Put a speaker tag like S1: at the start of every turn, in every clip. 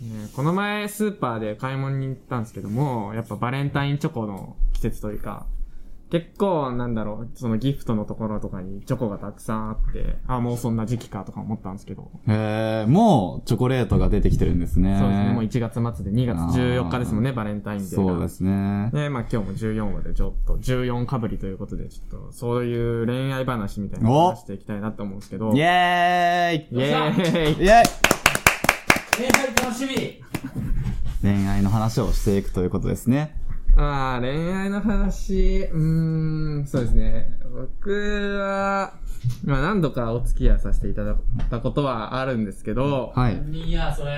S1: ねこの前スーパーで買い物に行ったんですけども、やっぱバレンタインチョコの季節というか、結構なんだろう、そのギフトのところとかにチョコがたくさんあって、あ、もうそんな時期かとか思ったんですけど、
S2: えー、もうチョコレートが出てきてるんですね。
S1: そうですね、もう1月末で2月14日ですもんね、
S2: あー
S1: バレンタインデーが。
S2: そうですね。
S1: で、まあ今日も14話でちょっと、14かぶりということで、ちょっと、そういう恋愛話みたいなのを
S2: お
S1: 話していきたいなと思うんですけど、
S2: イェーイ
S1: イエーイ
S2: イェイ
S3: 恋愛楽しみ
S2: 恋愛の話をしていくということですね。
S1: ああ、恋愛の話、うーん、そうですね。僕は、まあ何度かお付き合いさせていただいたことはあるんですけど、
S2: はい。
S3: いや、それ。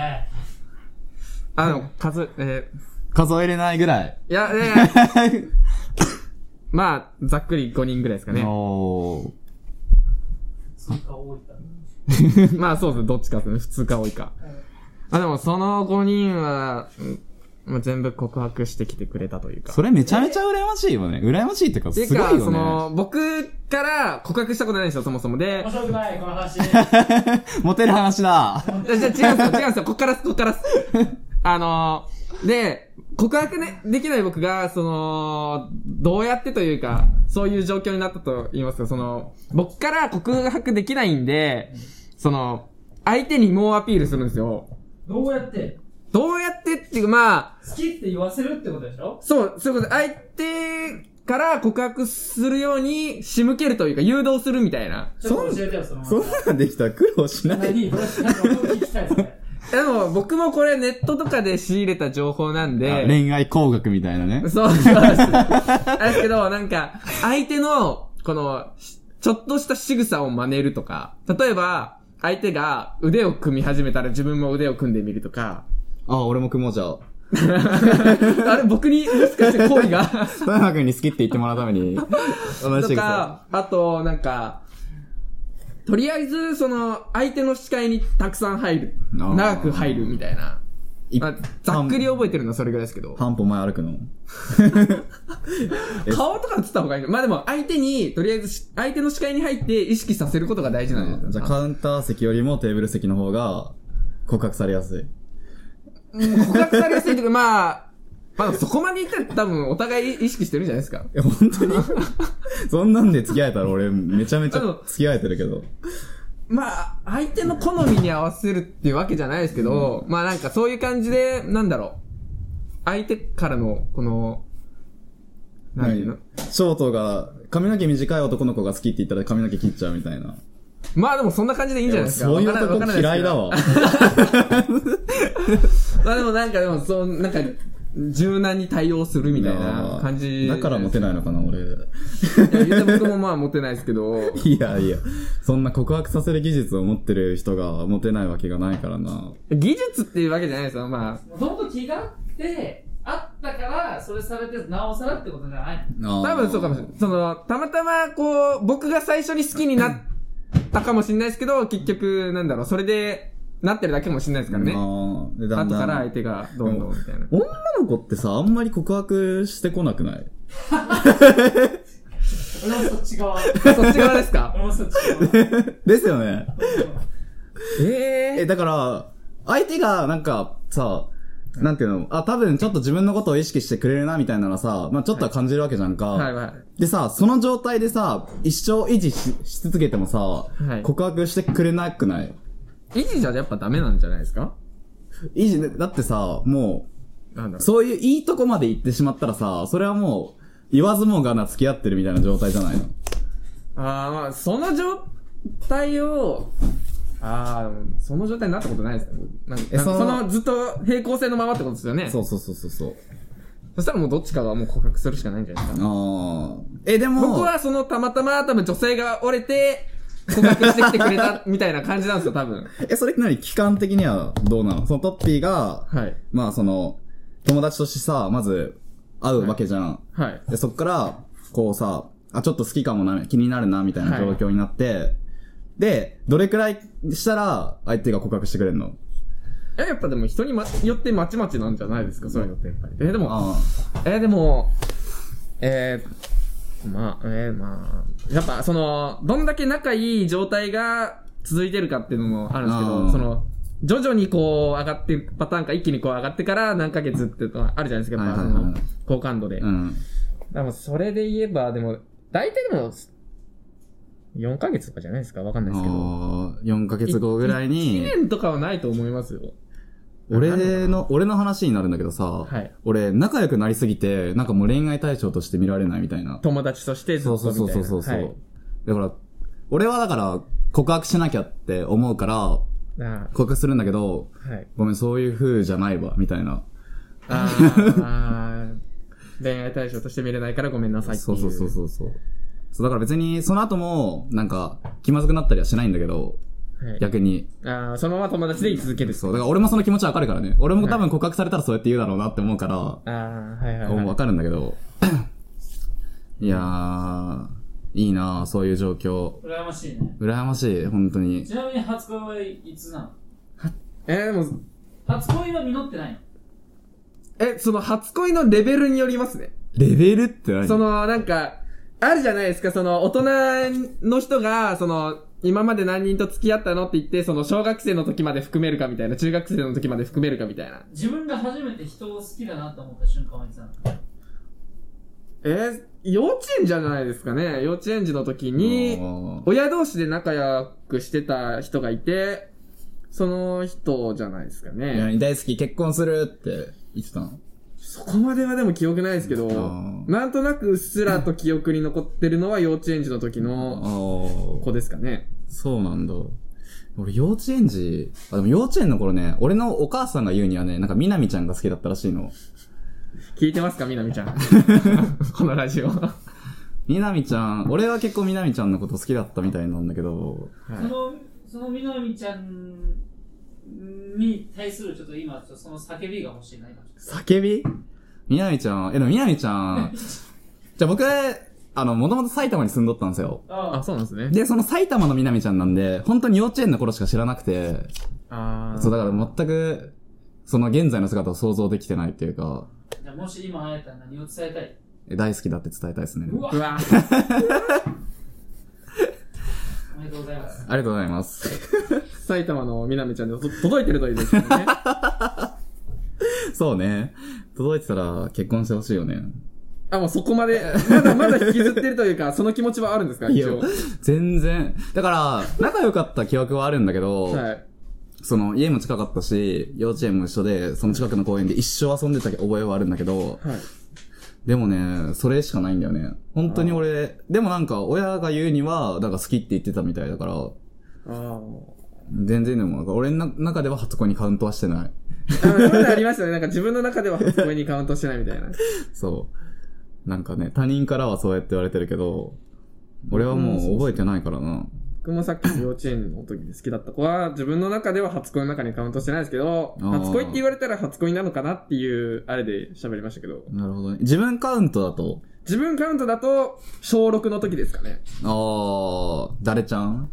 S1: あの、数、え
S2: 数えれないぐらい。
S1: ーいや、ね、 まあ、ざっくり5人ぐらいですかね。
S2: おー。
S3: 追加多いから。
S1: まあそうですね、どっちかですね、普通か多いか。あ、でもその5人は、うんまあ、全部告白してきてくれたというか。
S2: それめちゃめちゃ羨ましいよね。羨ましいっていうか、
S1: てい
S2: す
S1: う
S2: ごい
S1: か、そ
S2: よ
S1: の、僕から告白したことないんですよ、そもそも。で
S3: 面、白くない、この 話。
S2: ね。モテる話だ。
S1: じゃ、じゃ違うんですよ、違うんですよ。こっからっす、こっからっす。あのー、で、告白ね、できない僕が、その、どうやってというか、そういう状況になったと言いますか、その、僕から告白できないんで、その、相手に猛アピールするんですよ。
S3: どうやって
S1: どうやってっていう、まあ、
S3: 好きって言わせるってことでしょ
S1: そう、そういうことで、相手から告白するように仕向けるというか、誘導するみたいな。
S3: ちょっと教えてよ、その。
S2: そんなんできたら苦労しない。
S3: 何どうしたの聞きたいそれ。
S1: でも、僕もこれネットとかで仕入れた情報なんで、
S2: あ恋愛工学みたいなね。
S1: そうそうです。あれですけど、なんか、相手の、この、しちょっとした仕草を真似るとか、例えば、相手が腕を組み始めたら自分も腕を組んでみるとか、
S2: あ、俺も組もうじゃ あ。
S1: あれ僕に、もしかして恋 が
S2: 富山君に好きって言ってもらうために、同
S1: と
S2: じ
S1: か、あと、なんか、とりあえず、その、相手の視界にたくさん入る。
S2: あー
S1: 長く入るみたいな。まあざっくり覚えてるのはそれぐらいですけど。
S2: 半歩前歩くの。え
S1: 顔とか映った方がいいのまあでも、相手に、とりあえずし、相手の視界に入って意識させることが大事なんです
S2: じゃあ
S1: あ
S2: カウンター席よりもテーブル席の方が告白されやすい。
S1: 告白されやすいというか、まあ、まあそこまでいったら多分お互い意識してるんじゃないですか。
S2: え、本当にそんなんで付き合えたら俺めちゃめちゃ
S1: あの
S2: 付き合えてるけど。
S1: まあ、相手の好みに合わせるっていうわけじゃないですけど、まあなんかそういう感じで、なんだろう。相手からの、この、なんていうの、
S2: 何ショートが、髪の毛短い男の子が好きって言ったら髪の毛切っちゃうみたいな。
S1: まあでもそんな感じでいいんじゃないですか。
S2: そういう
S1: わからわ
S2: 男
S1: からな
S2: 嫌い
S1: ですけど
S2: だわ。
S1: まあでもなんかでも、そう、なんか、柔軟に対応するみたいな感じ。
S2: だからモテないのかな、俺。
S1: いや、言うて僕もまあモテないですけど、
S2: いやいや、そんな告白させる技術を持ってる人がモテないわけがないからな。
S1: 技術っていうわけじゃないですよ、ま
S3: もともと気があって、あったから、それされて、なおさらってことじゃない
S1: あ。多分そうかもしれない。その、たまたま、こう、僕が最初に好きになったかもしれないですけど、結局、なんだろう、それで、なってるだけかもしれないですからね。
S2: あーでだん
S1: 後
S2: だん
S1: から相手が、どんどん、みたいな。
S2: 女の子ってさ、あんまり告白してこなくない
S3: 俺もそっち側。
S1: そっち側ですか
S3: 俺もそっち側。
S2: ですよね。
S1: え
S2: え、
S1: え
S2: だから、相手がなんかさ、なんていうのあ、多分ちょっと自分のことを意識してくれるな、みたいなのはさ、まあちょっとは感じるわけじゃんか。
S1: はいはい。
S2: でさ、その状態でさ、一生維持しし続けてもさ、
S1: い
S2: 告白してくれなくない
S1: 維持じゃやっぱダメなんじゃないですか
S2: 維持、だってさ、も
S1: なんだろ
S2: う、そういういいとこまで行ってしまったらさ、それはもう、言わずもがな付き合ってるみたいな状態じゃないの
S1: う。ああ、まあ、その状態を、ああ、でもその状態になったことないですね。なんか
S2: え
S1: なんか
S2: そ
S1: そ
S2: の
S1: の、ずっと平行線のままってことですよね。
S2: そうそうそうそうそう。
S1: そしたらもうどっちかがもう告白するしかないんじゃないですか。
S2: ああ。え、でも、
S1: 僕はそのたまたま多分女性が折れて、 告白してきてくれたみたいな感じなんですよ、多分。
S2: え、それって何期間的にはどうなのそのトッピーが、
S1: はい。
S2: まあその、友達としてさ、まず会うわけじゃん。
S1: はい。
S2: で、そっから、こうさ、あ、ちょっと好きかもな、気になるな、みたいな状況になって、で、どれくらいしたら相手が告白してくれるの
S1: え、やっぱでも人に、ま、よってまちまちなんじゃないですか、そういうのってやっぱり。え、でも、
S2: あ
S1: え、でも、えー、まあ、えー、まあ、やっぱその、どんだけ仲いい状態が続いてるかっていうのもあるんですけ
S2: う
S1: ど、
S2: ん
S1: その、徐々にこう上がっていくパターンか、一気にこう上がってから何ヶ月っていうのはあるじゃないですか、やっぱそ
S2: はいはい
S1: の
S2: はい、
S1: 好感度で。
S2: うん。
S1: でもそれで言えば、でも、大体でも、4ヶ月とかじゃないですかわかんないですけど。
S2: あー4ヶ月後ぐら
S1: 1
S2: いに、
S1: 年とかはないと思いますよ。
S2: 俺の、俺の話になるんだけどさ、
S1: はい
S2: 俺、仲良くなりすぎて、なんかもう恋愛対象として見られないみたいな。
S1: 友達としてずっ
S2: そ
S1: と
S2: う
S1: みた
S2: そ
S1: いうな。
S2: そうそうそうそう、
S1: はい
S2: だから、俺はだから、告白しなきゃって思うから、
S1: あ
S2: 告白するんだけど、
S1: あはい。
S2: ごめん、そういう風じゃないわ、みたいな。
S1: あー 恋愛対象として見れないからごめんなさいってい。
S2: そううそうそうそうそう。そう、だから別に、その後も、なんか、気まずくなったりはしないんだけど、
S1: はい
S2: 逆に。
S1: あーそのまま友達で居続ける。
S2: そう、だから俺もその気持ちわかるからね。俺も多分告白されたらそうやって言うだろうなって思うから、
S1: ああ、はいはい、
S2: もう
S1: は
S2: わ
S1: い。
S2: かるんだけど。いやー、いいなあそういう状況。
S3: 羨ましいね。
S2: 羨ましい、本当に。
S3: ちなみに初恋はいつな
S1: えー、でも、
S3: の初恋は実ってないの
S1: え、その初恋のレベルによりますね。
S2: レベルって何
S1: その、なんか、あるじゃないですか、その、大人の人が、その、今まで何人と付き合ったのって言って、その、小学生の時まで含めるかみたいな、中学生の時まで含めるかみたいな。
S3: 自分が初めて人を好きだなと思った瞬間はいつなの
S1: えー幼稚園じゃないですかね。幼稚園児の時
S2: あ
S1: に、
S2: ー
S1: 親同士で仲良くしてた人がいて、その人じゃないですか
S2: いや
S1: ね。
S2: 大好き、結婚するって言ってたの。
S1: そこまではでも記憶ないですけど
S2: あ、ー
S1: なんとなくうっすらと記憶に残ってるのは幼稚園児の時
S2: あ
S1: の
S2: ー
S1: 子ですかね。
S2: そうなんだ。俺、幼稚園児、あ、でも幼稚園の頃ね、俺のお母さんが言うにはね、なんか、みなみちゃんが好きだったらしいの。
S1: 聞いてますかみなみちゃん。このラジオ。は
S2: みなみちゃん、俺は結構みなみちゃんのこと好きだったみたいなんだけど、
S3: その、そのみなみちゃんに対するちょっと今、ちょっとその叫びが欲しいな、今。
S2: 叫びみなみちゃん、え、でもみなみちゃ ん、じゃあ僕、あの、もともと埼玉に住んどったんですよ。
S3: あ
S1: あ、そうなんですね。
S2: で、その埼玉のみなみちゃんなんで、本当に幼稚園の頃しか知らなくて、
S1: あー
S2: そう、だから全く、その現在の姿を想像できてないっていうか、
S3: じゃあもし今会えたら何を伝えたい
S2: え大好きだって伝えたいですね。
S3: うわ
S1: うわ。
S3: おめでとうございます。
S2: ありがとうございます。
S1: 埼玉のみなみちゃんでと届いてるといいですけどね。
S2: そうね。届いてたら結婚してほしいよね。
S1: あ、もうそこまで、まだまだ引きずってるというか、その気持ちはあるんですか
S2: い
S1: 一
S2: や
S1: 応。は、
S2: 全然。だから、仲良かった記憶はあるんだけど、
S1: い。
S2: その家も近かったし、幼稚園も一緒で、その近くの公園で一生遊んでた覚えはあるんだけど、
S1: はい。
S2: でもね、それしかないんだよね。本当に俺、でもなんか親が言うには、なんか好きって言ってたみたいだから、
S1: あー
S2: 全然でも、なんか俺の中では初恋にカウントはしてない。
S1: あの。そういうのありましたね。なんか自分の中では初恋にカウントしてないみたいな。
S2: そう。なんかね、他人からはそうやって言われてるけど、俺はもう覚えてないからな。
S1: 僕もさっき幼稚園の時で好きだった子は、自分の中では初恋の中にカウントしてないですけど、
S2: あー
S1: 初恋って言われたら初恋なのかなっていう、あれで喋りましたけど、
S2: なるほどね。自分カウントだと、
S1: 自分カウントだと、小6の時ですかね。
S2: あー、誰ちゃん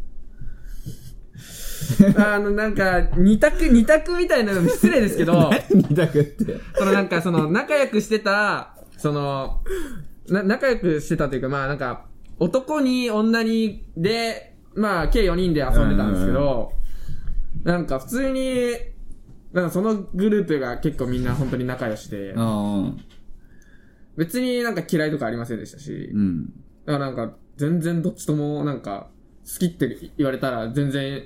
S1: あの、なんか、二択、二択みたいなのも失礼ですけ ど、
S2: 二択って。
S1: そのなんか、その、仲良くしてた、その、な、仲良くしてたというか、まあなんか、男に女にで、まあ、計4人で遊んでたんですけど、なんか普通に、なんかそのグループが結構みんな本当に仲良しで
S2: あ、ー、
S1: 別になんか嫌いとかありませんでしたし
S2: う、ん。
S1: だからなんか、全然どっちとも、なんか、好きって言われたら、全然、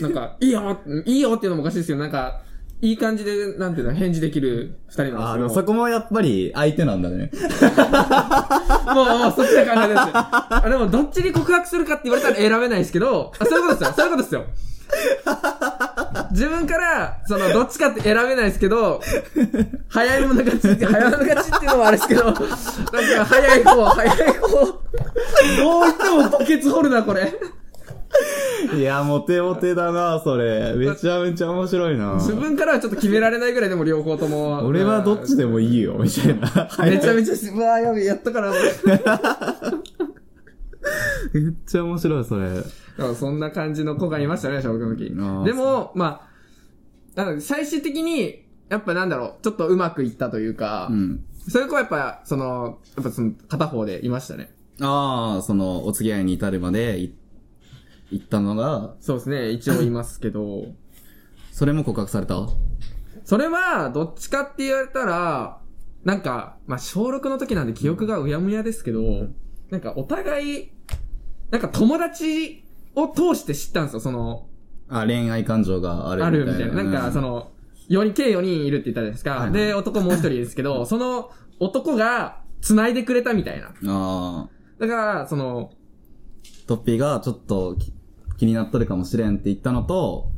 S1: なんか、いいよいいよっていうのもおかしいですけど、なんか、いい感じで、なんていうの、返事できる二人なん
S2: あー、で
S1: で
S2: も
S1: すけ
S2: そこもやっぱり相手なんだ ね。
S1: ど、もう、もう、そっちの考えです。あ、でも、どっちに告白するかって言われたら選べないですけど、あ、そういうことですよ、そういうことですよ。自分から、その、どっちかって選べないですけど、早い者勝ちって、早い者勝ちっていうのもあれですけど、なんか、早い方、早い方、どう言ってもバケツ掘るな、これ。
S2: いや、モテモテだな、それ。めちゃめちゃ面白いな。
S1: 自分からはちょっと決められないぐらいでも両方とも。
S2: 俺はどっちでもいいよ、みたいな。
S1: うんめちゃ
S2: め
S1: めちゃし、うわーやべ、やったから。俺
S2: っちゃ面白い、それ。
S1: でもそんな感じの子がいましたね、小学の時
S2: あ。ー
S1: でも、まあ、なんだ最終的に、やっぱなんだろう、ちょっとうまくいったというか、
S2: うん。
S1: そういう子はやっぱ、その、やっぱその、片方でいましたね。
S2: ああ、その、お付き合いに至るまでい、行ったのが、
S1: そうですね、一応いますけど、
S2: それも告白された
S1: それは、どっちかって言われたら、なんか、まあ、小6の時なんで記憶がうやむやですけど、なんかお互い、なんか友達を通して知ったんですよ、その、
S2: あ、恋愛感情がある
S1: あるみたいな。なんか、そ
S2: の、
S1: の、4人、計4人いるって言ったじゃないです
S2: はいは
S1: か。
S2: い
S1: で、男もう一人ですけど、その男が繋いでくれたみたいな。
S2: ああ。
S1: だから、その、
S2: トッピーがちょっとき気になっとるかもしれんって言ったのと、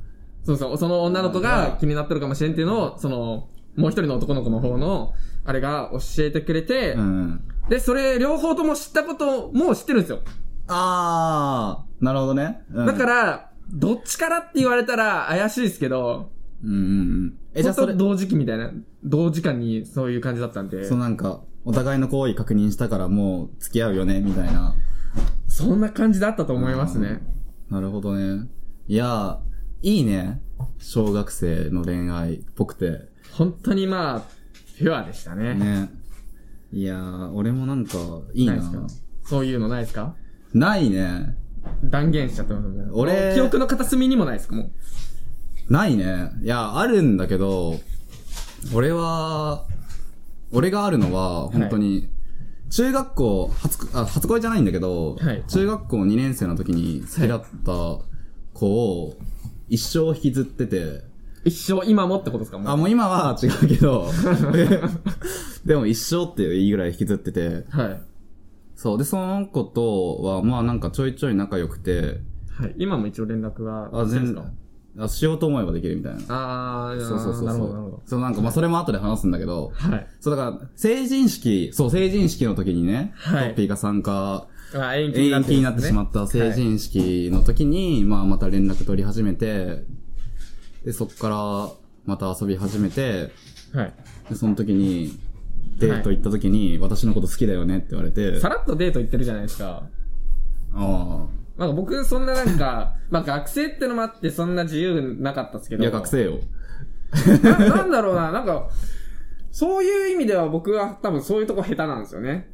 S1: そうそう、その女の子が気になってるかもしれんっていうのを、その、もう一人の男の子の方の、あれが教えてくれて、
S2: うん。
S1: で、それ両方とも知ったことも知ってるんですよ。
S2: ああ、なるほどね。うん
S1: だか、ら、どっちからって言われたら怪しいですけど、
S2: うんうんうん。え、じゃあ
S1: 本
S2: そ
S1: 当
S2: れ、
S1: 同時期みたいな、同時間にそういう感じだったんで、
S2: そのなんか、お互いの行為確認したからもう付き合うよね、みたいな。
S1: そんな感じだったと思いますね。
S2: なるほどね。いやー、いいね。小学生の恋愛っぽくて。
S1: 本当にまあ、ピュアでしたね。
S2: ね。いやー、俺もなんか、いい
S1: な
S2: な。
S1: いですかそういうのないですか
S2: ないね。
S1: 断言しちゃってますもう
S2: 俺
S1: もう記憶の片隅にもないですかもう。
S2: ないね。いや、あるんだけど、俺は、俺があるのは、本当に、中学校、初こ、あ、初恋じゃないんだけど、
S1: はい
S2: 中学校2年生の時に好きだった子を、一生引きずってて、
S1: 一生今もってことですかも
S2: あ、
S1: う。
S2: もう今は違うけ ど、でも一生っていういいぐらい引きずってて、
S1: はい。は
S2: そう。で、その子とは、まあなんかちょいちょい仲良くて、
S1: い。今も一応連絡は。
S2: あ、全然、あ、しようと思えばできるみたいな。
S1: あー、
S2: そうそうそうそう。
S1: なるほど、なるほど。
S2: そう、なんかまあそれも後で話すんだけど、
S1: はい。
S2: そうだから、成人式、そう、成人式の時にね、
S1: はい
S2: トッピーが参加、
S1: あ、延期にな
S2: 延
S1: って、
S2: 期になってしま
S1: っ
S2: った成人式の時に、まあまた連絡取り始めて、で、そっからまた遊び始めて、
S1: た。はい。
S2: で、その時に、デート行った時に、私のこと好きだよねって言われて、
S1: さらっとデート行ってるじゃないですか。
S2: あ
S1: なんか僕、そんななんか、 まあ学生ってのもあって、そんな自由なかったですけ
S2: あ、
S1: ど。
S2: いや、学生よ。
S1: な。なんだろうな、なんか、そういう意味では僕は多分そういうとこ下手なんですよね。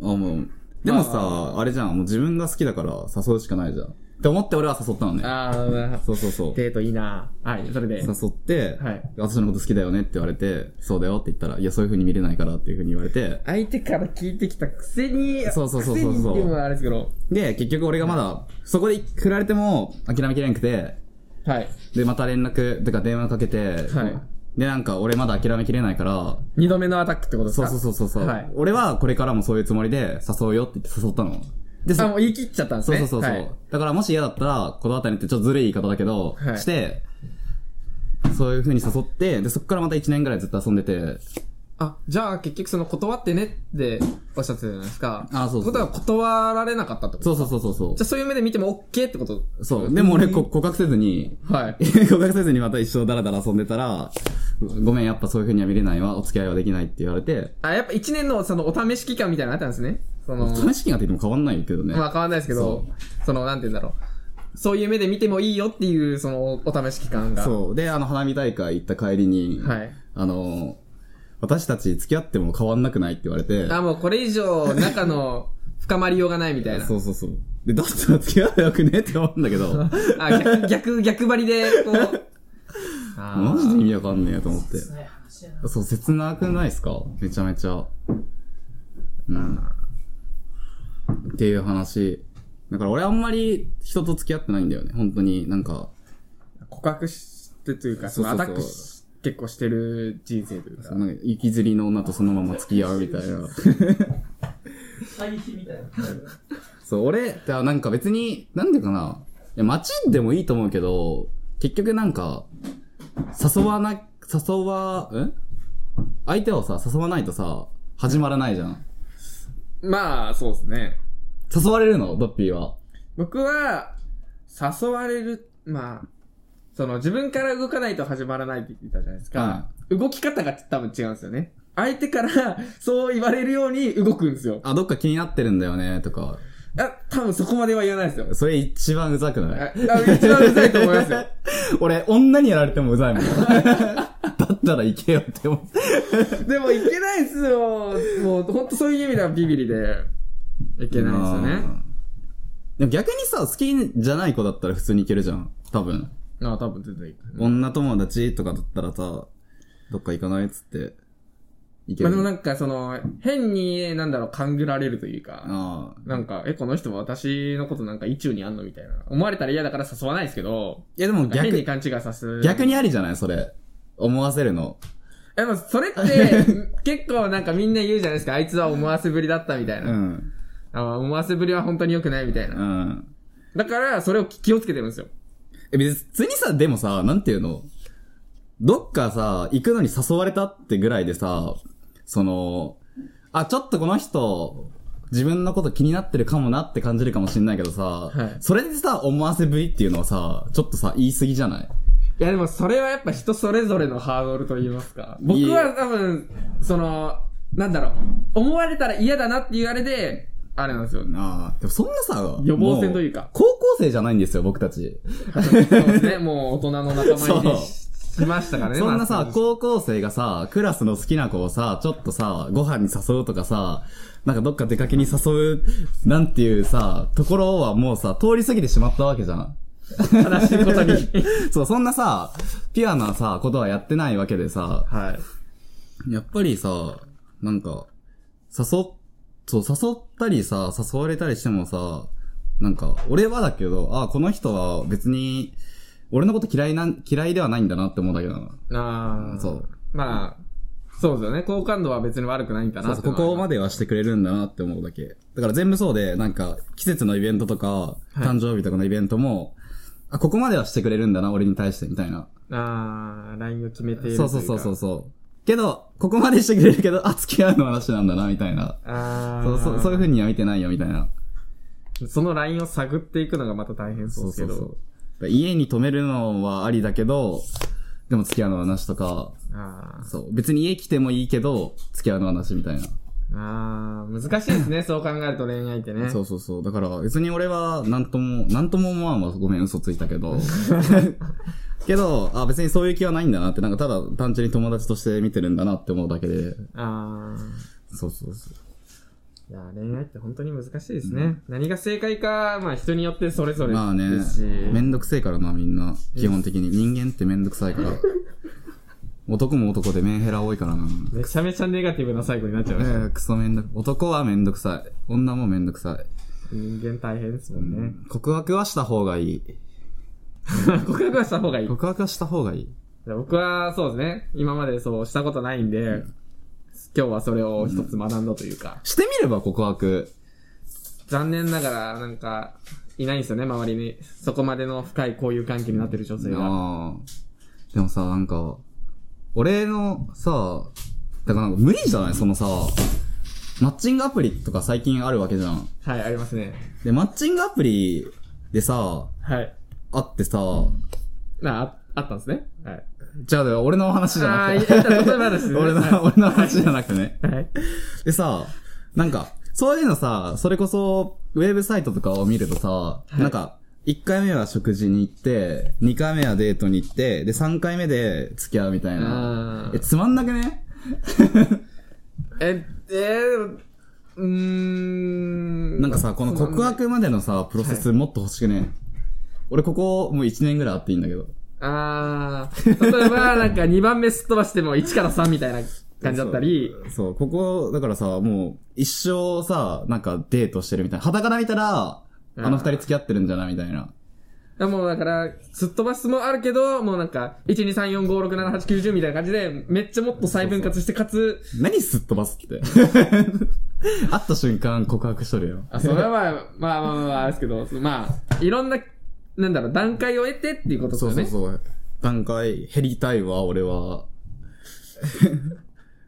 S2: あもう、でも
S1: ま
S2: さ、あれじゃん、もう自分が好きだから誘うしかないじゃん。って思って俺は誘ったのね。
S1: あー、
S2: そうそうそう。
S1: デートいいなはい、それで。
S2: 誘って、
S1: はい
S2: 私のこと好きだよねって言われて、そうだよって言ったら、いや、そういう風に見れないからっていう風に言われて、
S1: 相手から聞いてきたくせに、
S2: そうそうそうそうそ
S1: く
S2: う
S1: せにっていうのはあれですけど、
S2: で、結局俺がまだ、そこで振られても諦めきれなくて、
S1: はい。
S2: で、また連絡、てか電話かけて、
S1: は
S2: で、なんか俺まだ諦めきれないから、
S1: 二度目のアタックってことです
S2: そう
S1: か
S2: そうそうそうそう、
S1: はい
S2: 俺はこれからもそういうつもりで誘うよって言って誘ったの。で、
S1: あ、
S2: そ
S1: もう言い切っちゃったんです
S2: そう
S1: ね。
S2: そうそうそう、
S1: はい
S2: だからもし嫌だったら、この辺りってちょっとずるい言い方だけど、
S1: はい
S2: して、そういう風に誘って、で、そこからまた1年ぐらいずっと遊んでて、
S1: あ、じゃあ結局その断ってねっておっしゃってたじゃないですか。
S2: あそうそう
S1: ってことは断られなかったってこと
S2: そうそうそうそうそう
S1: じゃあ。そういう目で見ても OK ってこと
S2: そう。でも俺、こ告白せずに、
S1: はい。
S2: 告白せずにまた一生ダラダラ遊んでたら、ごめん、やっぱそういう風には見れないわ、お付き合いはできないって言われて、
S1: あ、やっぱ一年のそのお試し期間みたいなのあったんですね。その、
S2: 試し期がって言っても変わんないけどね。
S1: まあ変わんないですけど、その、なんて言うんだろう。そういう目で見てもいいよっていう、その、お試し期間が。
S2: そう。で、あの、花火大会行った帰りに、
S1: はい
S2: あの、私たち付き合っても変わんなくないって言われて、
S1: あ、もうこれ以上、中の深まりようがないみたいな。
S2: そうそうそう。で、だったら付き合えばよくねって思うんだけ ど、
S1: あ、逆、逆、逆張りで、こう。あ
S2: マジで意味わかんねえと思って。
S3: 切ない 話やな。
S2: そう、切なくないですかめちゃめちゃ。うん。っていう話。だから俺あんまり人と付き合ってないんだよね。本当に、なんか。
S1: ー 告白してというか、その
S2: そ
S1: ア
S2: う
S1: タ
S2: そう
S1: ッ
S2: そう
S1: クし結構してる人生というか。
S2: なんか、行きずりの女とそのまま付き合うみたいな。
S3: 対比みたいな。
S2: そう、俺、だからなんか別に、なんでかな。いや、街でもいいと思うけど、結局なんか、誘わな、誘わ、ん相手をさ、誘わないとさ、始まらないじゃん。
S1: まあ、そうですね。
S2: 誘われるのドッピーは。
S1: 僕は、誘われる、まあ、その自分から動かないと始まらないって言ったじゃないですか。動き方が多分違うんですよね。相手から、 そう言われるように動くんですよ。
S2: あ、どっか気になってるんだよね、とか。
S1: あ、多分そこまでは言わないですよ。
S2: それ一番うざく
S1: あ、
S2: ない
S1: あ一番うざいと思いますよ。
S2: 俺、女にやられてもうざい もん。だったら行けよって思って。
S1: でもいけないですよ。もう、ほんとそういう意味ではビビりで、いけないですよね。
S2: でも逆にさ、好きじゃない子だったら普通に行けるじゃん。多分。
S1: ああ、多分出ていく。
S2: 女友達とかだったらさ、どっか行かないっつって、行け
S1: まあ
S2: る。
S1: でもなんかその、変に、なんだろう、勘ぐられるというか、
S2: ああ。
S1: なんか、え、この人私のことなんか意中にあんのみたいな。思われたら嫌だから誘わないですけど、
S2: いやでも
S1: 変に
S2: 逆、
S1: 勘違いさせる。
S2: 逆にありじゃないそれ。思わせるの。
S1: でもそれ って、結構なんかみんな言うじゃないですか。あいつは思わせぶりだったみたいうな。
S2: ん。
S1: あ思わせぶりは本当に良くないみたいうな。
S2: ん。
S1: だから、それを気をつけてるんですよ。
S2: え、別にさ、でもさ、なんていうのどっかさ、行くのに誘われたってぐらいでさ、その、あ、ちょっとこの人、自分のこと気になってるかもなって感じるかもしんないけどさ、
S1: はい
S2: それでさ、思わせぶりっていうのはさ、ちょっとさ、言い過ぎじゃない
S1: いやでもそれはやっぱ人それぞれのハードルと言いますか。僕
S2: い
S1: は
S2: え
S1: 多分、その、なんだろう、思われたら嫌だなっていうあれで、あれなんですよ。
S2: ああ、でもそんなさ、
S1: 予防線というか
S2: も高校生じゃないんですよ、僕たち。
S1: そうです ね、もう大人の仲間入り
S2: そう
S1: ししましたからね。
S2: そん
S1: まあ
S2: なさ、
S1: そう
S2: 高校生がさ、クラスの好きな子をさ、ちょっとさ、ご飯に誘うとかさ、なんかどっか出かけに誘う、なんていうさ、ところはもうさ、通り過ぎてしまったわけじゃん。
S1: 悲しいことに。
S2: そう、そんなさ、ピュアなさ、ことはやってないわけでさ、
S1: はい。
S2: やっぱりさ、なんか、誘っ、そう、誘ったりさ、誘われたりしてもさ、なんか、俺はだけど、あ、この人は別に、俺のこと嫌いな、嫌いではないんだなって思うだけだな。
S1: ああ。
S2: そう。
S1: まあ、そうですよね。好感度は別に悪くないんだ
S2: そ
S1: な
S2: う
S1: っ
S2: そう
S1: て
S2: ここま
S1: で。
S2: ではしてくれるんだなって思うだけ。だから全部そうで、なんか、季節のイベントとか、
S1: い
S2: 誕生日とかのイベントも、あ、ここまではしてくれるんだな、俺に対して、みたいな。
S1: ああ、ラインを決めていると
S2: そ
S1: いううか。
S2: そうそうそうそう。けど、ここまでしてくれるけど、あ、付き合うの話なんだな、みたいな。
S1: ああ。
S2: そうそうそういう風には見てないよ、みたいな。
S1: そのラインを探っていくのがまた大変そうですけど。
S2: そうそうそう家に泊めるのはありだけど、でも付き合うのはなしとか、
S1: ああ。
S2: そう。別に家来てもいいけど、付き合うのはなしみたいな。
S1: ああ、難しいですね。 そう考えると恋愛ってね。
S2: そうそうそう。だから、別に俺は、なんとも、なんとも思わんわ。ごめん、嘘ついた けど。けど、あ、別にそういう気はないんだなって、なんかただ単純に友達として見てるんだなって思うだけで。
S1: ああ。
S2: そうそうそう。
S1: いや、恋愛って本当に難しいですね。何が正解か、まあ人によってそれぞれ
S2: まあね
S1: ですし。、
S2: めんどくせえからな、みんな。基本的に。人間ってめんどくさい から。男も男でメンヘラ多いからな。
S1: めちゃめちゃネガティブな最後になっちゃい
S2: え
S1: ました。
S2: ー、クソめんどく、男はめんどくさい。女もめんどくさい。
S1: 人間大変ですもんね。
S2: 告白はした方がいい。
S1: 告白はした方がいい。
S2: 告白はした方がいい。
S1: 僕はそうですね。今までそうしたことないんで、今日はそれを一つ学んだというか、
S2: してみれば告白。
S1: 残念ながらなんか、いないんですよね、周りに。そこまでの深い交友関係になってる女性が。
S2: ああ。でもさ、なんか、俺のさ、だからなんか無理じゃないそのさ、マッチングアプリとか最近あるわけじゃん。
S1: はい、ありますね。
S2: で、マッチングアプリでさ、
S1: はい。
S2: あってさ、
S1: なあ、あったんですね。はい。
S2: じゃあ俺の話じゃ
S1: ああー、
S2: なく
S1: い
S2: て。
S1: や、例えば ですね。
S2: 俺
S1: は
S2: の、俺の話じゃなくてね。
S1: い。はい。
S2: でさ、なんか、そういうのさ、それこそ、ウェブサイトとかを見るとさ、なんか、1回目は食事に行って、2回目はデートに行って、で、3回目で付き合うみたいな。
S1: あ
S2: え、
S1: ー
S2: つまんなくね
S1: え、えー、うーん。
S2: なんかさ、この告白までのさ、プロセスもっと欲しくね。俺ここ、もう1年ぐらいあっていいんだけど。
S1: あー、例えば、なんか2番目すっ飛ばしても1から3みたいな感じだったり、
S2: そう。そう、ここ、だからさ、もう、一生さ、なんかデートしてるみたいな。裸から見たら、あの二人付き合ってるんじゃないみたいな。
S1: もうだから、すっ飛ばすもあるけど、もうなんか、1,2,3,4,5,6,7,8,9,10みたいな感じで、めっちゃもっと細分割して、かつ、
S2: 何すっ飛ばす って。会った瞬間告白しとるよ。
S1: あ、それはまあ、 まあまあまあまあ、あれですけど、まあ、いろんな、なんだろう、段階を得てっていうことです
S2: そう
S1: よ
S2: そう
S1: ね。
S2: そう。段階、減りたいわ、俺は。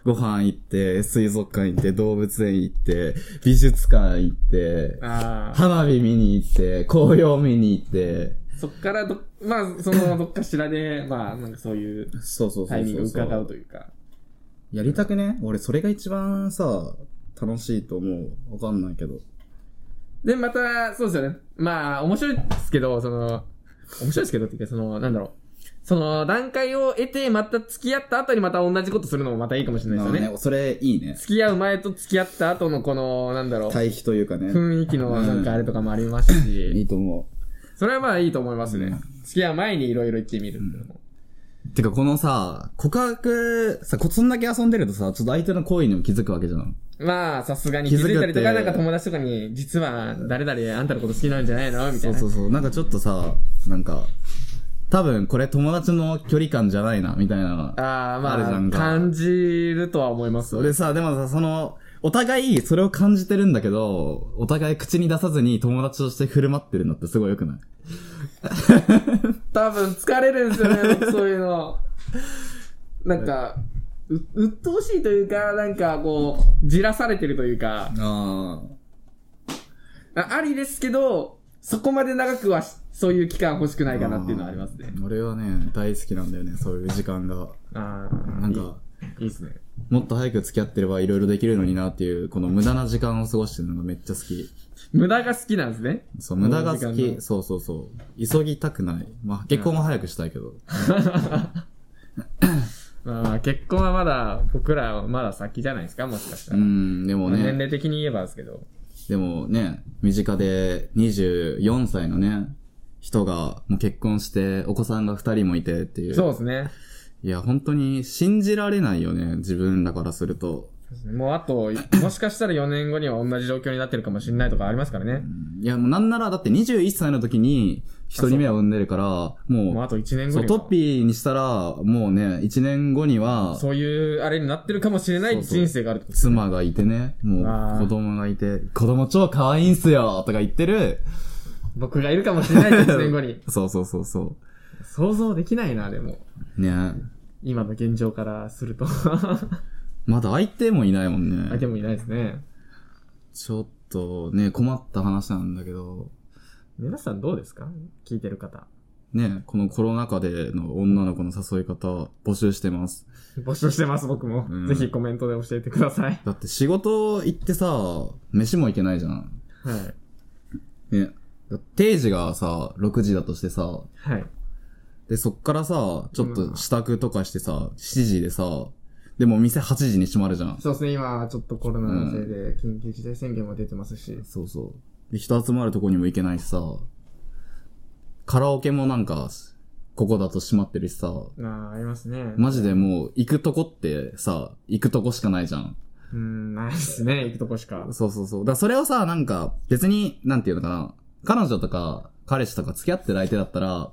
S2: ご飯行って、水族館行って、動物園行って、美術館行って、
S1: ああ。
S2: 花火見に行って、紅葉見に行って、
S1: そっからど、まあ、その、どっかしらで、まあ、なんかそういう
S2: そうそうそうそう。
S1: タイミングを伺うというか。
S2: やりたくね俺それが一番さ、楽しいと思う。わかんないけど。
S1: で、また、そうですよね。まあ、面白いですけど、その、面白いですけどっていうか、その、なんだろう。その、段階を得て、また付き合った後にまた同じことするのもまたいいかもしれない
S2: な
S1: で
S2: る
S1: す
S2: ほ
S1: よ
S2: ど
S1: ね。
S2: ね。それいいね。
S1: 付き合う前と付き合った後のこの、なんだろう。
S2: 対比というかね。
S1: 雰囲気のなんかあれとかもあります
S2: い
S1: し、
S2: いと思
S1: そそれはまあいいと思いますね。
S2: うん
S1: 付き合う前にいろいろ言ってみるっていうのも。
S2: てか、このさ、告白、さ、こそんだけ遊んでるとさ、ちょっと相手の行為にも気づくわけじゃん。
S1: まあ、さすがに気
S2: 気づく
S1: づいたりとか、
S2: って
S1: なんか友達とかに、実は誰々あんたのこと好きなんじゃないのみた
S2: そ
S1: いうな。
S2: そうそう。なんかちょっとさ、なんか、多分これ友達の距離感じゃないな、みたいな。
S1: ああ、ま
S2: あるじゃ
S1: あ、
S2: んか
S1: 感じるとは思います
S2: そ。れさ、でもさ、その、お互いそれを感じてるんだけど、お互い口に出さずに友達として振る舞ってるのってすごい良くない
S1: 多分疲れるんですよね、 僕そういうの。なんか、う、鬱陶しいというか、なんかこう、じらされてるというか、
S2: ああ。
S1: あありですけど、そこまで長くはし、そういう期間欲しくないかなっていうのはありますね。
S2: 俺はね、大好きなんだよね、そういう時間が。
S1: ああ、
S2: なんか、
S1: いい、いいですね。
S2: もっと早く付き合ってればいろいろできるのになっていう、この無駄な時間を過ごしてるのがめっちゃ好き。
S1: 無駄が好きなんですね。
S2: そう、無駄が
S1: こ
S2: 好
S1: の時間
S2: き。
S1: の
S2: そうそうそう。急ぎたくない。まあ、結婚も早くしたいけど。
S1: まあ、結婚はまだ、僕らはまだ先じゃないですか、もしかした
S2: う
S1: ら。
S2: ん、でも
S1: まあ年
S2: ね、
S1: 齢的に言えばですけど。
S2: でもね、身近で24歳のね、人がもう結婚して、お子さんが2人もいてっていう。
S1: そうですね。
S2: いや、本当に信じられないよね、自分らからすると。
S1: もうあ と、もしかしたら4年後には同じ状況になってるかもしれないとかありますからね。
S2: いや、もうなんなら、だって21歳の時に、一人目は産んでるから、
S1: もうあ
S2: も
S1: と1年後
S2: う、そ
S1: に
S2: う、
S1: は
S2: トッピーにしたら、もうね、1年後には、
S1: そういうあれになってるかもしれな
S2: そ
S1: いう
S2: そう
S1: 人生があるってことですね
S2: 妻がいてね、
S1: あ
S2: も
S1: ー
S2: う、子供がいて、子供超可愛いんすよとか言ってる。
S1: 僕がいるかもしれない1年後に。
S2: そうそうそうそ
S1: 想像できないな、でも。
S2: う。ね
S1: 今の現状からす ると。
S2: まだ相手もいないもんね。
S1: 相手もいないですね。
S2: ちょっとね、困った話なんだけど、
S1: 皆さんどうですか聞いてる方。
S2: ね、このコロナ禍での女の子の誘い方、募集してます。
S1: 募集してます、僕も。
S2: うん
S1: ぜひコメントで教えてください。
S2: だって仕事行ってさ、飯も行けないじゃん。
S1: はい。
S2: ね。だ定時がさ、6時だとしてさ、
S1: はい。
S2: で、そっからさ、ちょっと支度とかしてさ、7時でさ、でも店8時に閉まるじゃん。
S1: そうですね、今、ちょっとコロナのせいで、緊急事態宣言も出てますし。
S2: そうそう。で、人集まるとこにも行けないしさ、カラオケもなんか、ここだと閉まってるしさ、
S1: ああ、ありますね。
S2: マジでもう行くとこってさ、行くとこしかないじゃん。
S1: うーん、ないっすね、行くとこしか。
S2: そうそうそう。だからそれをさ、なんか、別に、なんていうのかな、彼女とか、彼氏とか付き合ってる相手だったら、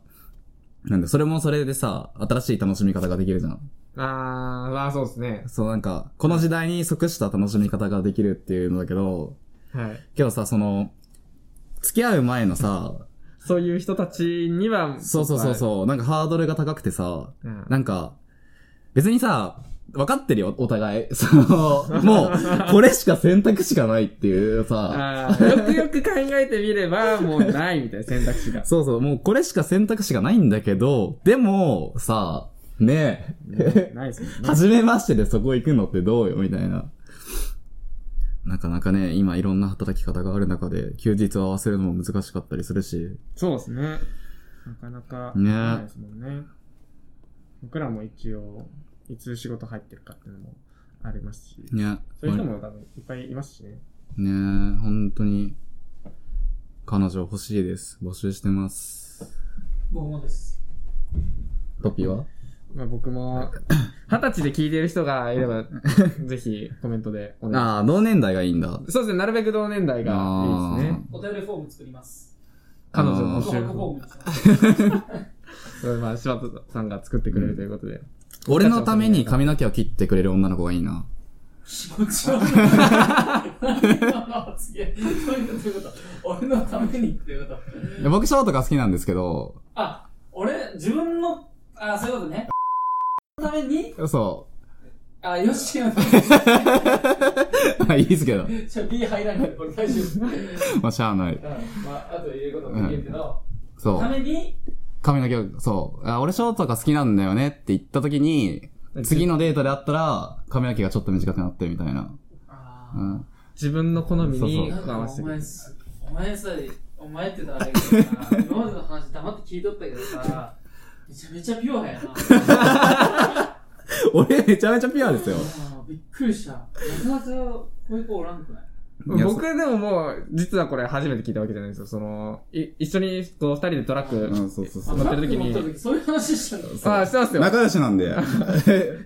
S2: なんかそれもそれでさ、新しい楽しみ方ができるじゃん。
S1: あー、まあそうですね。
S2: そうなんか、この時代に即した楽しみ方ができるっていうのだけど、
S1: はい。
S2: けどさ、その、付き合う前のさ、
S1: そういう人たちには、
S2: そうそうそうそう、なんかハードルが高くてさ、
S1: う。うん
S2: なんか、別にさ、分かってるよ、お互い。 その、もう、これしか選択しかないっていうさ、
S1: あーよくよく考えてみれば、 もうないみたいな選択肢が。
S2: そうそう、もうこれしか選択肢がないんだけど、でも、さ、ねえ、
S1: ないですよね。
S2: 初めましてでそこ行くのってどうよ、みたいな。なかなかね、今いろんな働き方がある中で、休日を合わせるのも難しかったりするし、
S1: そうですね。なかなか、
S2: ね
S1: ないですもんね。僕らも一応、いつ仕事入ってるかっていうのもありますし、
S2: ね。
S1: そういう人も多分いっぱいいますしね。
S2: ねえ、本当に、彼女欲しいです。募集してます。
S3: 僕もです。
S2: トピは
S1: まあ僕も、二十歳で聞いてる人がいれ ば、ぜひコメントでお願いしま
S2: ああ、同年代がいいんだ。
S1: す。そうですね、なるべく同年代がいいですね。
S3: お便りフォーム作ります。
S1: 彼女の
S2: あ
S1: 募
S2: ー
S1: 集
S3: 告白
S1: 方
S3: フ
S1: 法
S3: ォームですね。
S1: それまあ、柴田さんが作ってくれるということで。
S2: 俺のために髪の毛を切ってくれる女の子がいいな。
S3: 気持ち 悪い。何すげえ。どういうことどういうこと俺のためにっていうこと。
S2: いや僕、ショートが好きなんですけど、
S3: あ、俺、自分の、あ、そういうことね。のために、
S2: そ
S3: あ、ヨッシーのため
S2: う。
S3: に。
S2: いいですけど。
S3: じゃあ B 入らないこれ大丈夫。うん
S2: まあ、しゃあない。
S3: まあ、あと言うこともできるけど、
S2: そ
S3: た
S2: う。
S3: めに、
S2: 髪の毛を、そう。あ俺、ショートが好きなんだよねって言った時に、次のデートで会ったら、髪の毛がちょっと短くなってるみたいな。
S3: あ
S2: う
S3: ー
S2: ん。
S1: 自分の好み
S2: そう
S1: に
S2: そ
S3: なん
S1: 合
S3: か
S1: わせ
S3: お
S1: て
S3: 前
S1: る。
S3: す、お前さ、お前って言ったらあれだけど さ、今までの話黙って聞いとったけどさ、めちゃめちゃピュアやな。
S2: 俺、めちゃめちゃピュアですよ。
S3: あーびっくりした。なかなかこういう子おらんくない
S2: いや
S1: 僕でももう、実はこれ初めて聞いたわけじゃないんですよ。その、い一緒に、こう、二人でトラック、
S2: うん、そうそうそ
S3: あ
S2: う。
S1: 乗ってる時に
S3: 乗ってる時そういう話してるの
S1: ああ、してますよ。
S2: 仲良しなん で。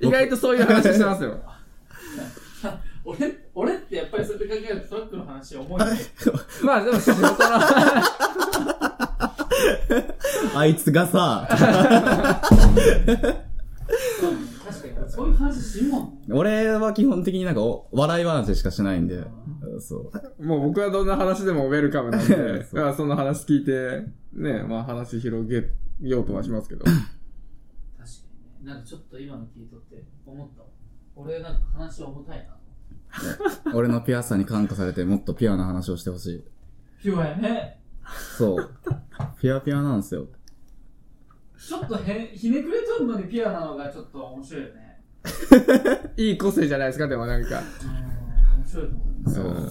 S1: 意外とそういう話してますよ。
S3: 俺、俺ってやっぱりそれで考えるとトラックの話重いね。
S1: まあ、でも仕事の、
S2: あいつがさ、
S3: 確かに、そういう話しんもん。
S2: 俺は基本的になんかお笑い話しかしないんで。うんそう。
S1: もう僕はどんな話でもウェルカムなんで、
S2: そう
S1: まあその話聞いて、ね、まあ話広げようとはしますけど。
S3: 確かにね。なんかちょっと今の聞いとって思ったわ。俺なんか話重たいな。
S2: 俺のピュアさに感化されてもっとピュアな話をしてほしい。
S3: ピュアやね。
S2: そう。ピュアピュアなんですよ。
S3: ちょっとへひねくれとんのにピュアなのがちょっと面白いよね。
S1: いい個性じゃないですか、でもなんか。
S3: うん、面白いと思う。
S2: そ
S1: うん
S2: う。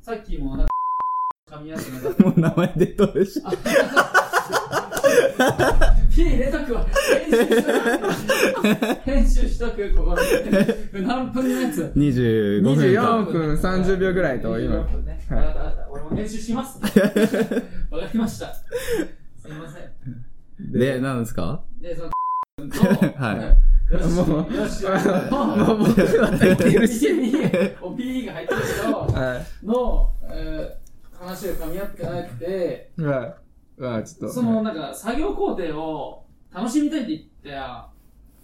S3: さっきもなんか、噛み合ってなかっ
S2: もう名前出とるし。
S3: た。ピー入れとくわ。編集しとく。編集しとく、ここで。何分のやつ。
S2: 25分
S1: 24
S2: 間。
S1: 分30秒ぐらいと、今。
S3: 24
S1: は
S3: 分ねわかったわかった俺も練習します。わかりました。すいません。
S2: で、何です か
S3: で、その、
S2: は
S3: よし、
S1: もう
S3: よし、
S1: もう僕は言ってるし。
S3: お P が入ってるけど、
S1: は
S3: の、えー話が噛み合ってなくて、
S1: い。まあ、まあ、ちょっと。
S3: その、なんか、作業工程を楽しみたいって言ったや、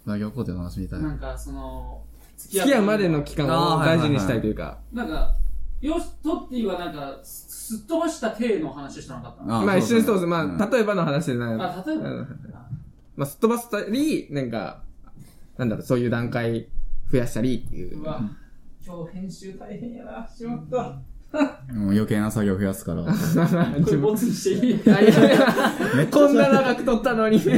S2: い。作業工程の話みたい
S3: な
S2: な。
S3: んか、その、付
S1: 付き合うまでの期間を大事にしたいというか。
S3: なんか、よし、トッティはなんか、すすっ飛ばした体の話をしてなかったの
S1: まあ一緒にそうです。
S2: うん
S1: まあ、例えばの話じゃない。
S3: あ、例えば、
S1: うんまあ、すっ飛ばしたり、なんか、なんだろう、そういう段階増やしたりっていう う。
S3: わ、今日編集大変やな、しまった。
S2: もう余計な作業増やすから。
S3: これボツにしてい い
S1: あいやいやこんな長く撮ったのに。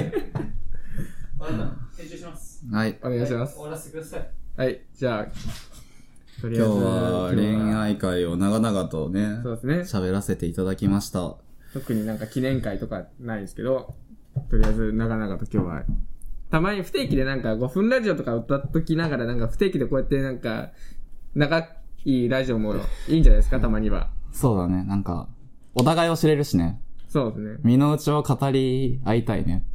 S3: わかった編集します。
S2: はい。
S1: お願いします
S3: 終。わらせてください。
S1: はい、じゃあ、とりあえ
S2: 今日
S1: ず。
S2: は恋。愛会を長々とね、
S1: そうですね。
S2: 喋らせていただきました。
S1: 特になんか記念会とかないですけど、とりあえず長々と今日は。たまに不定期でなんか5分ラジオとか歌っときながらなんか不定期でこうやってなんか、長いラジオもいいんじゃないですか、たまには。
S2: そうだね。なんか、お互いを知れるしね。
S1: そうですね。
S2: 身の内を語り合いたいね。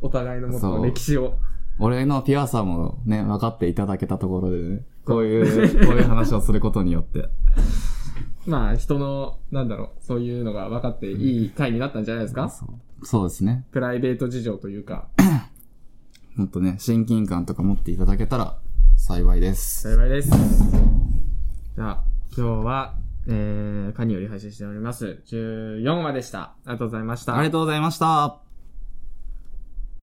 S1: お互いのもっ
S2: そ
S1: と
S2: う
S1: 歴史を。
S2: 俺のピュアさもね、分かっていただけたところでね、こういう、こういう話をすることによって。
S1: まあ人の、なんだろう、そういうのが分かっていい回になったんじゃないですか、
S2: そうそうですね。
S1: プライベート事情というか、
S2: ほんとね、親近感とか持っていただけたら幸いです。
S1: 幸いです。じゃあ、今日は、えー、カニより配信しております。14話でした。ありがとうございました。
S2: ありがとうございました。